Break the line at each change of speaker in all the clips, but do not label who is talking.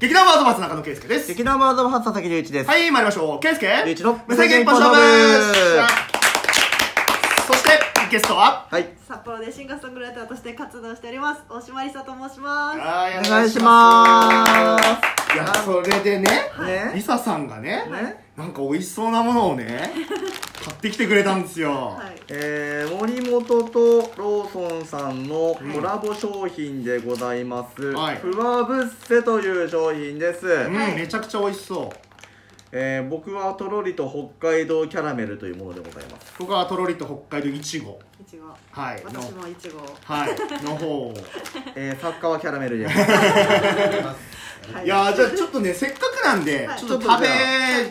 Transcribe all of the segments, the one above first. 劇団ワードマス中野圭介です
劇団ワードバハ佐々木隆一です。
はい参りましょう圭介
隆一の
無制限一本勝負そしてゲストは
はい。
札幌でシンガーソングライターとして活動しております大島理沙と申します
はい
お願いします
いやそれでね
ね
リサさんがね
ね
なんか美味しそうなものをね買ってきてくれたんですよ
はい
えー、森本とローソンさんのコラボ商品でございます、
はい
フワブッセという商品です、
うん
はい
めちゃくちゃ美味しそう
えー、僕はとろりと北海道キャラメルというものでござい ます
僕はとろりと北海道いちご
いちご
はいの
私もいちご
はいの方を
えー、作家はキャラメルです
はい
やーじゃあちょっ とねせっかくなんで、
はい
ちょっと食べ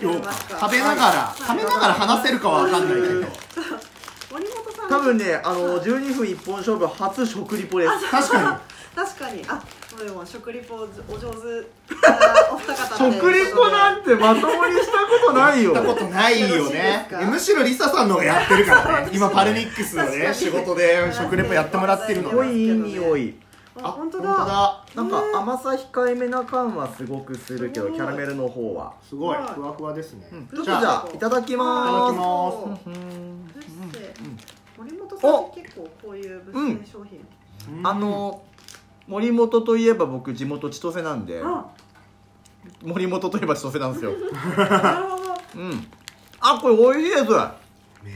ようか食
食
べ
べ
ながら、
い
食べながら話せるかは分かんないけど、
はい
森本さん
多分ねあの12分一本勝負初食リポです
確か
確かにあでも食リポお上手なお二方ということ
食
で
リポなんてまともにしたことない
に
よ
行ったことない
よ
よ
ろしいです
ね
か
えむしろリサさんの方がやってるからね今パルミックスの
確か
ね
に
仕事で食レポやってもらってるの
濃
で
いいい匂い
あ本当だ
なんか甘さ控えめな感はすごくするけどキャラメルの方は、
すごい
はい
ふわふわですね、
うん、ち
ち
ょっと
ょっ
じ
と
じ
ゃ
ゃ
あ
あ
いただき
いただ
ま
き
す
ます
うん
ブッセ
ん
森本さんって結構こういうブッセ商品
あの森本といえば僕地元千歳なんで
あ
森本といえば千歳なんですよ
なるほど
うんあこれ美味しいです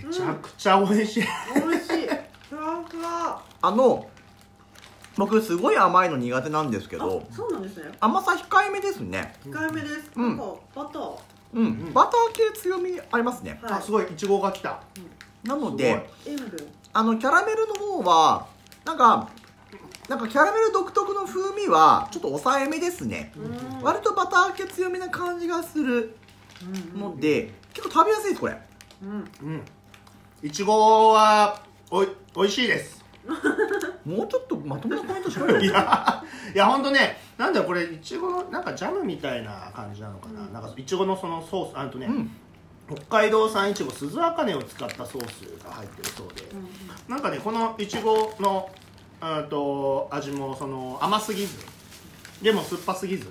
めちゃくちゃ美味しい、
美味しいふわふわ
あの僕すごい甘いの苦手なんですけど
あそうなんですね
甘さ控えめですね
控えめです
う
なんんかバター
うん、
ん
バター系強みありますね
は
あすごいいちごが来た
なの
すごい
で
塩分
あのキャラメルの方はなんかなんかキャラメル独特の風味はちょっと抑えめですね
うん
割とバター系強めな感じがするので、結構食べやすいですこれ
うん
うんいちごはおい美味しいです
もうちょっとまともなコメントしろよ
いやいや本当ねなんだよこれいちごのなんかジャムみたいな感じなのかな、
うん
なんかいちごのそのソースあとね、
うん
北海道産いちご鈴あかねを使ったソースが入ってるそうで、
うん
なんかねこのいちごのうんと味もその甘すぎずでも酸っぱすぎず、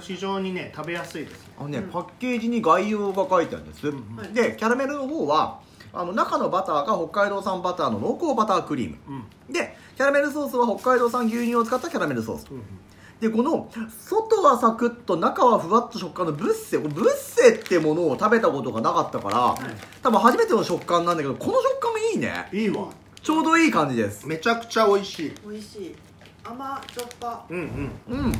非常にね食べやすいですね
あのね、
うん
パッケージに概要が書いてあるんです、
ん
でキャラメルの方はあの中のバターが北海道産バターの濃厚バタークリーム
うん
でキャラメルソースは北海道産牛乳を使ったキャラメルソース
うん
でこの外はサクッと中はふわっと食感のブッセこれブッセってものを食べたことがなかったから、多分初めての食感なんだけどこの食感もいいね
いいわ
ちょうどいい感じです
めちゃくちゃ美味しい
美味しい甘じょっぱ
うんうん
うん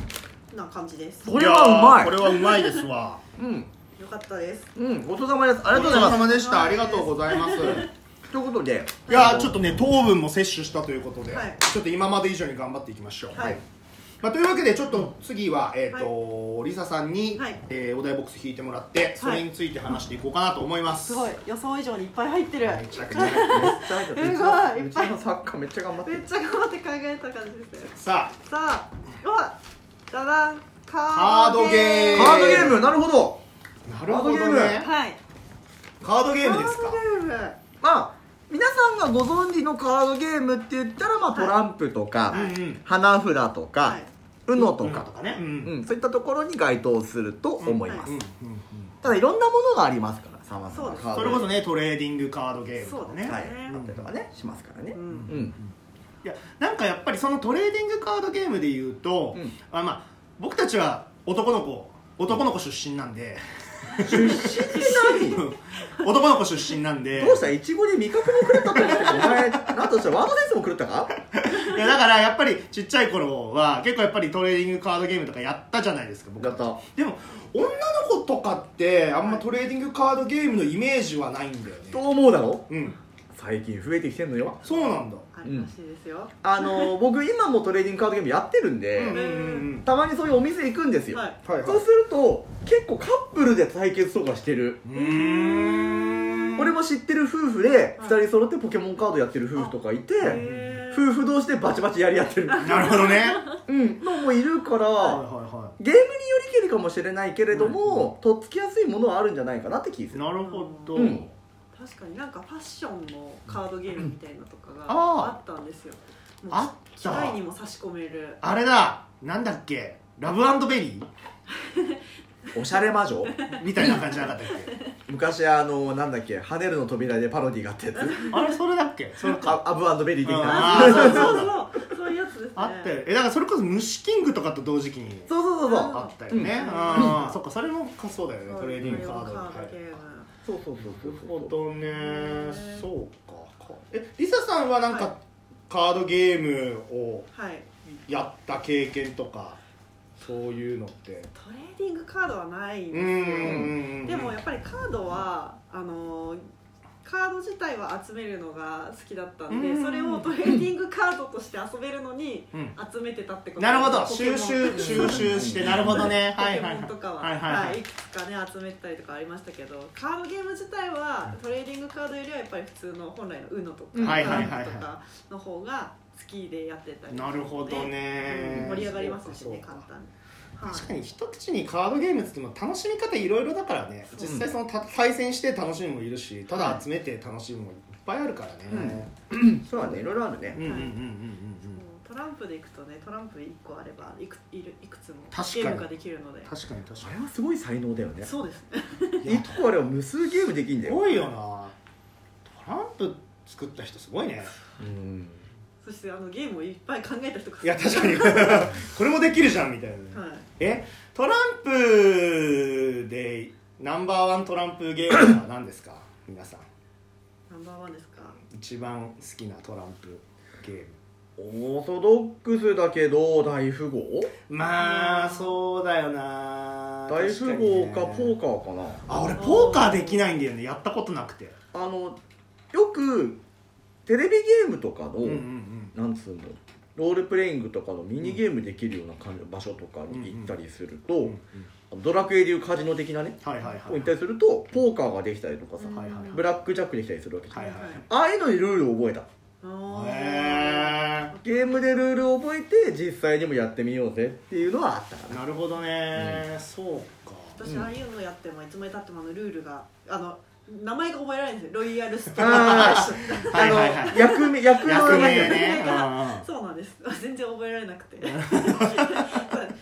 な感じです
これはうまい
やーこれはうまいです わ
うん
よかったです
うんごちそうさまです
あ
ありがとうございます
様でしたありがとうございます
ということで
いやーちょっとね糖分も摂取したということで、
はい
ちょっと今まで以上に頑張っていきましょう、
はい
まあ、というわけでちょっと次は、えーとリサさんに、
はい
えーお題ボックス引いてもらってそれについて話していこうかなと思います、
すごい予想以上にいっぱい入ってる
めちゃくちゃね
す
ごいいっぱいう
ちのサッカーめっちゃ頑張って
めっ
る
ちゃ頑張って考えた感じですよ
さ
さあうわじゃらん
カ
カ
ー
ー
ド
ド
ゲ
ゲー
カ
ム
めっちゃ
ードゲームなるほど
あなるほど
カードゲー
ね
はい
カードゲームです
カ
か
ードゲーム
まあ皆さんがご存知のカードゲームって言ったら、まあ、トランプとか、
うんうん
花札とか、
はい
UNO と
うん
か
と、かねうんうん
うん、そういったところに該当すると思います、
うんうん
ただいろんなものがありますからさまざま
そうです
カー
そ
ド
れ
ゲ
こ
ーム
そねトレーディングカードゲームとかね、
そう
はい
ですね
あったりとかねしますからね
う
うんん
いやなんかやっぱりそのトレーディングカードゲームで言うと、
うん
あまあ僕たちは男の子男の子出身なんで
出身って
男の子出身なんで
何どうしたいちごに味覚も狂ったと思ってお前なんとしたワードセンスも狂ったか
いやだからやっぱりちっちゃい頃は結構やっぱりトレーディングカードゲームとかやったじゃないですか僕
やった
でも女の子とかってあんまトレーディングカードゲームのイメージはないんだよ
と
ね
思うだろ
うん
最近増えてきてんのよ
そうなんだ
あるらしいですよ
あの僕今もトレーディングカードゲームやってるんで、
うんうんうん
たまにそういうお店行くんですよ、
はい
はいはい
そうすると結構カップルで対決とかしてる、
うーん
俺も知ってる夫婦で
はい
2人揃ってポケモンカードやってる夫婦とかいて、
へー
夫婦同士でバチバチやり合ってる、
なるほど ね
うん、のもいるから、
はいはいは
ゲームによりけりかもしれないけれども、とっつきやすいものはあるんじゃないかなって気がす
い
る
なるほど、
うん
確かになんかファッションのカードゲームみたいなとかが
あー
あったんですよもう
あった
機械にも差し込める
あれだなんだっけラブベリ
おしゃれ魔 女
ーみたいな感じじゃなかったっけ
昔あのなんだっけ「跳ねるの扉」でパロディがあったやつ
あれそれだっけそれか
あアブベリー的な
あー
そうそうそうそういうやつですね
あったよえだからそれこそ虫キングとかと同時期に
そうそうそうそう
あったよね
うん
ああそっかそれもかそうだよね
そう
トレーディングカード
カ
はい
ードゲーム
そうそうそうそう
なるほどね
ー
そうかかえリサさんはなんか、
はい
カードゲームを
はい
やった経験とかそういうのって
トレーディングカードはないん
う
で
ん
す
う
よ
んうんうん
でもやっぱりカードはあのーカード自体は集めるのが好きだったんで、
うん
それをトレーディングカードとして遊べるのに
うん
集めてたってこと
なるほど
ポケモ
収
ン
集収集してなるほどね
ポ
はい
ケ
はい
モ
はい
ンとかは、
はいはい
はい、
はい
くつかね集めたりとかありましたけどカードゲーム自体はトレーディングカードよりはやっぱり普通の本来の UNO とか
うんはい
カ
はいはいはい
ードとかの方が好きでやってたり
いなるほどね
うん盛り上がりますし
そ
ね
う
簡
か
単に、はい
確かに一口にカードゲームっつっても楽しみ方いろいろだからね
そう
実際そのた対戦して楽しむもいるしただ集めて楽しむもいっぱいあるからね
そうだねいろいろあるね
うんうんうんうんうんうん
もうトランプでいくとねトランプ1個あればいくいるいくつも
確か
ゲ
に
ームができるので
確かに確か
あれはすごい才能だよね
そうですね
一個あれは無数ゲームできんだ
にす
よ
ごいよなトランプ作った人すごいね
うん
そしてあのゲームをいっぱい考えた人が
いや確かに これもできるじゃんみたいなね
はい
えトランプでナンバーワントランプゲームは何 ですか皆さん
ナンバーワンですか
一番好きなトランプゲーム
オーソドックスだけど大富豪
まあそうだよな
大富豪か
確
ポ
にね
ーカーかな
あ俺ポーカーできないんだよねやったことなくて
あのよくテレビゲームとかの、
うんうんうん
なんつうのロールプレイングとかのミニゲームできるような感じの場所とかに行ったりすると、
うんうん
ドラクエ流カジノ的なね
はいはいはい
こう行ったりするとポーカーができたりとかさ、
うん
はいはい
ブラックジャックできたりするわけじゃん、
はいはい
ああいうのにルールを覚えた
あー
へ
ゲームでルールを覚えて実際にもやってみようぜっていうのはあったか
え
な
なるほどねそうか
私ああいうのやってもいつまでたってもあのルールがあの名前が覚えられないんですよロイヤルステ
あ
ーキ
はいはいはい
あの 役目役の
役
名
名
前
ね
が
ねうん
そうなんです全然覚えられなくて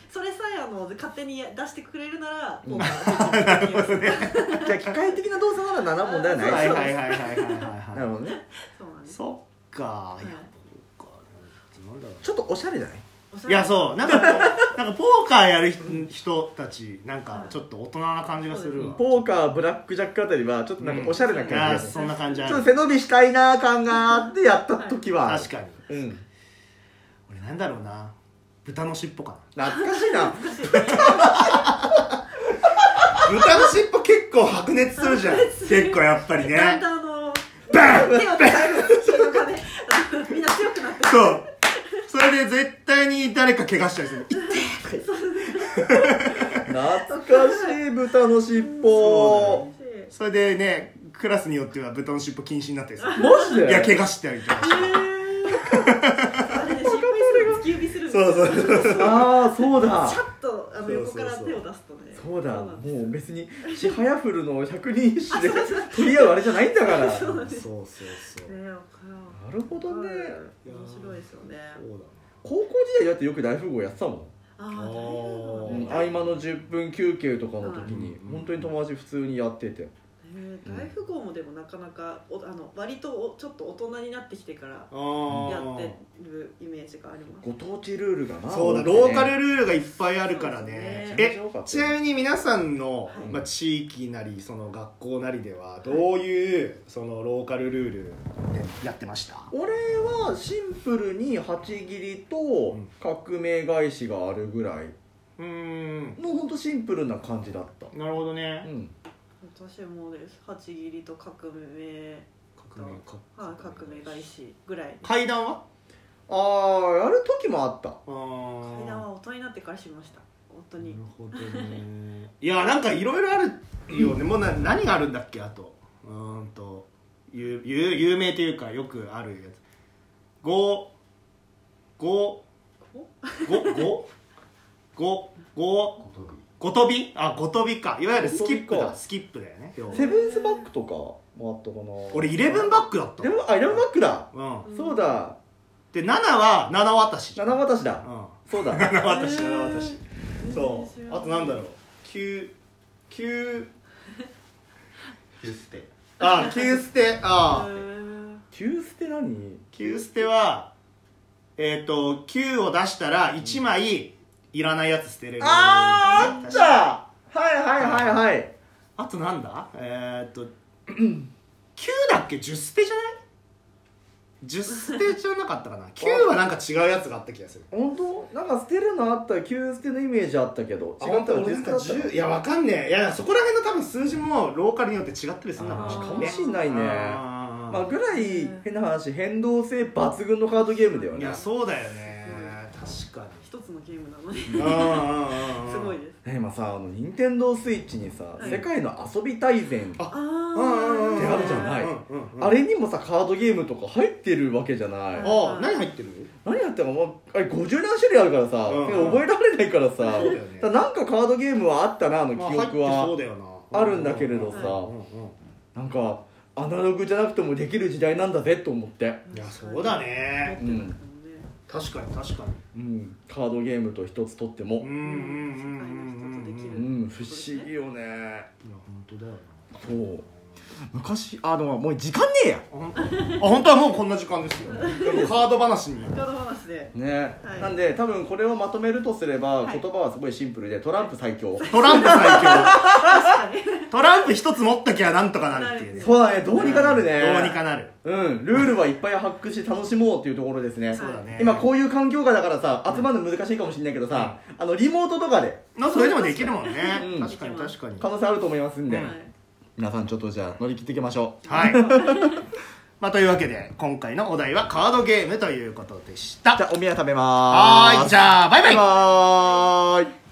それさえあの勝手に出してくれるならもうできます
じゃあ機械的な動作なら7問で は
うんは
ないい
はいはいはいはいはい
なるほどね
そうなんです
そっか
はいい
やポーカーなんだろ
ちょっとおしゃれじゃない
いやそうなんかこ うなんかポーカーやる人たちなんかちょっと大人な感じがするわ
ポーカーブラックジャックあたりはちょっとなんかおしゃれな感じ
あ
が
ー
する
そんな感じあ
ち
る
ょっと背伸びしたいなー感があってやった時は
確かに
にうん
俺なんだろうな豚の尻尾か
懐かしいな
な豚の尻尾結構白熱するじゃん結構やっぱり
だん
ね
だんあの
バン
手を叩くスピードがねあのみんな強くなって
そうそれで絶対に誰か怪我したりする
懐かしい豚の尻尾
る
それでねクラスによっては豚の尻尾禁止になってるんですよ
マジ
いや
で
怪我したりとかして
あれね失敗する突き指するんです
そう
よ
そうそう
ああそうだ
シャッとあ
そう
の
そう
横
そう
から手を出すとね
そうだ
な
も
んです
う別にちはやふるの百人一首で取り合うあれじゃないんだから
そう
な
そうそうそう
ねわ
るほ
か
どね
らん面白いですよね
高校時代だってよく大富豪やってたもん
ああ大
うん
富豪
あ
合
ね
間の10分休憩とかの時に
うん
本当に友達普通にやってて
ね大富豪もでもなかなかおあの割とおちょっと大人になってきてから
あ
や
あ
ってるイメージがあります
ご当地ルールがな
そうだ
多
ロ
くてね
ーカルルールがいっぱいあるから
そ
ね
う
で
え
すね
ちなみに皆さんの、
はい
まあ、地域なりその学校なりではどういう、そのローカルルールでやってました
俺はシンプルに鉢切りと
うん
革命返しがあるぐらい
うん
もうほんとシンプルな感じだった
なるほど
う
ね
ん
私もです鉢切りと革命
革命か
はい革命返しぐらい
階段は
ああやる時もあった
あー
階段は大人になってからしました本当に
なるほどねいやなんかいろいろあるよねもうな何があるんだっけあとうーんと有有有名というかよくあるやつ五五
こ
五五五五ごとびあごとびかいわゆるスキップ
ごとび
だ
か
スキップだよね要は
セブンスバックとかもあったかな
俺イレブンバックだった
レモンあレモンバックだ、
うん
うん
そうだ
で7は七渡し
七渡しだ
うん
そう だ
七渡し
へー
七渡しそうあとなんだろう急急急捨てあ急捨てあ
急捨て何
急捨てはえっ、と9を出したら1枚いらないやつ捨てれる
あーあっ
確か
たはいはいはいはい
あとなんだえー、っと9だっけ10捨てじゃない10捨てじゃなかったか な9はなんか違うやつがあった気がする
本当なんか捨てるのあった急捨てのイメージあったけど違
違
っ
ったた
の
俺な
10
んか
捨てだった
10いやわかんねえいやそこら辺の多分数字もローカルによって違ったりするんだろう
あー
ね
かもしんないね
あー
まあぐらい変な話変動性抜群のカードゲームだよ
い
ね
やそうだよね確か
一つのゲームなのに
にうんうんうんうん
すごいです
ね今さあの任天堂スイッチにさ、
はい
世界の遊び大全
あ
あ
うんうんうん
手軽じゃない
うんうんうん
あれにもさカードゲームとか入ってるわけじゃない、
う
あ
ん
あ何入ってる
何やってももうあれ50何種類あるからさ、
うん
覚えられないからさだ
そうだよね
からなんかカードゲームはあったなあの記
まあ
憶
入ってそう
は
だよな
あるんだけれどさ、
うんうんうん
なんかアナログじゃなくてもできる時代なんだぜと思って、
いやそうだ
持っ
ね
てますもんね
確かに確か
うん、カードゲームと一つとって
に
も
うんうんうんうんうんうん
世界の人とでき
う
る
ん、不思議よ
い
ね
や本当だよな
そう昔あでももう時間ねえや
あ本当あ本当はもうこんな時間ですよカード話に
カード話で
ね、
はい
なんで多分これをまとめるとすれば、
はい
言葉はすごいシンプルでトランプ最強、
トランプ最強
確かに
トランプ一つ持っときゃなんとかなるっていうね
そうだねどうにかなるね
どうにかなる
うんルールはいっぱい発掘して楽しもうっていうところですね、
そうだね
今こういう環境下だからさ集まるの難しいかもしれないけどさ、あのリモートとかで
まあそれでもできるもんね
うん
確かに確かに
可能性あると思いますんで、
う
は
ん
い
皆さんちょっとじゃあ乗り切っていきましょう
はい まあというわけで今回のお題はカードゲームということでした
じゃあおみや食べまーす
はーいじゃあバイバイ
バイバーイ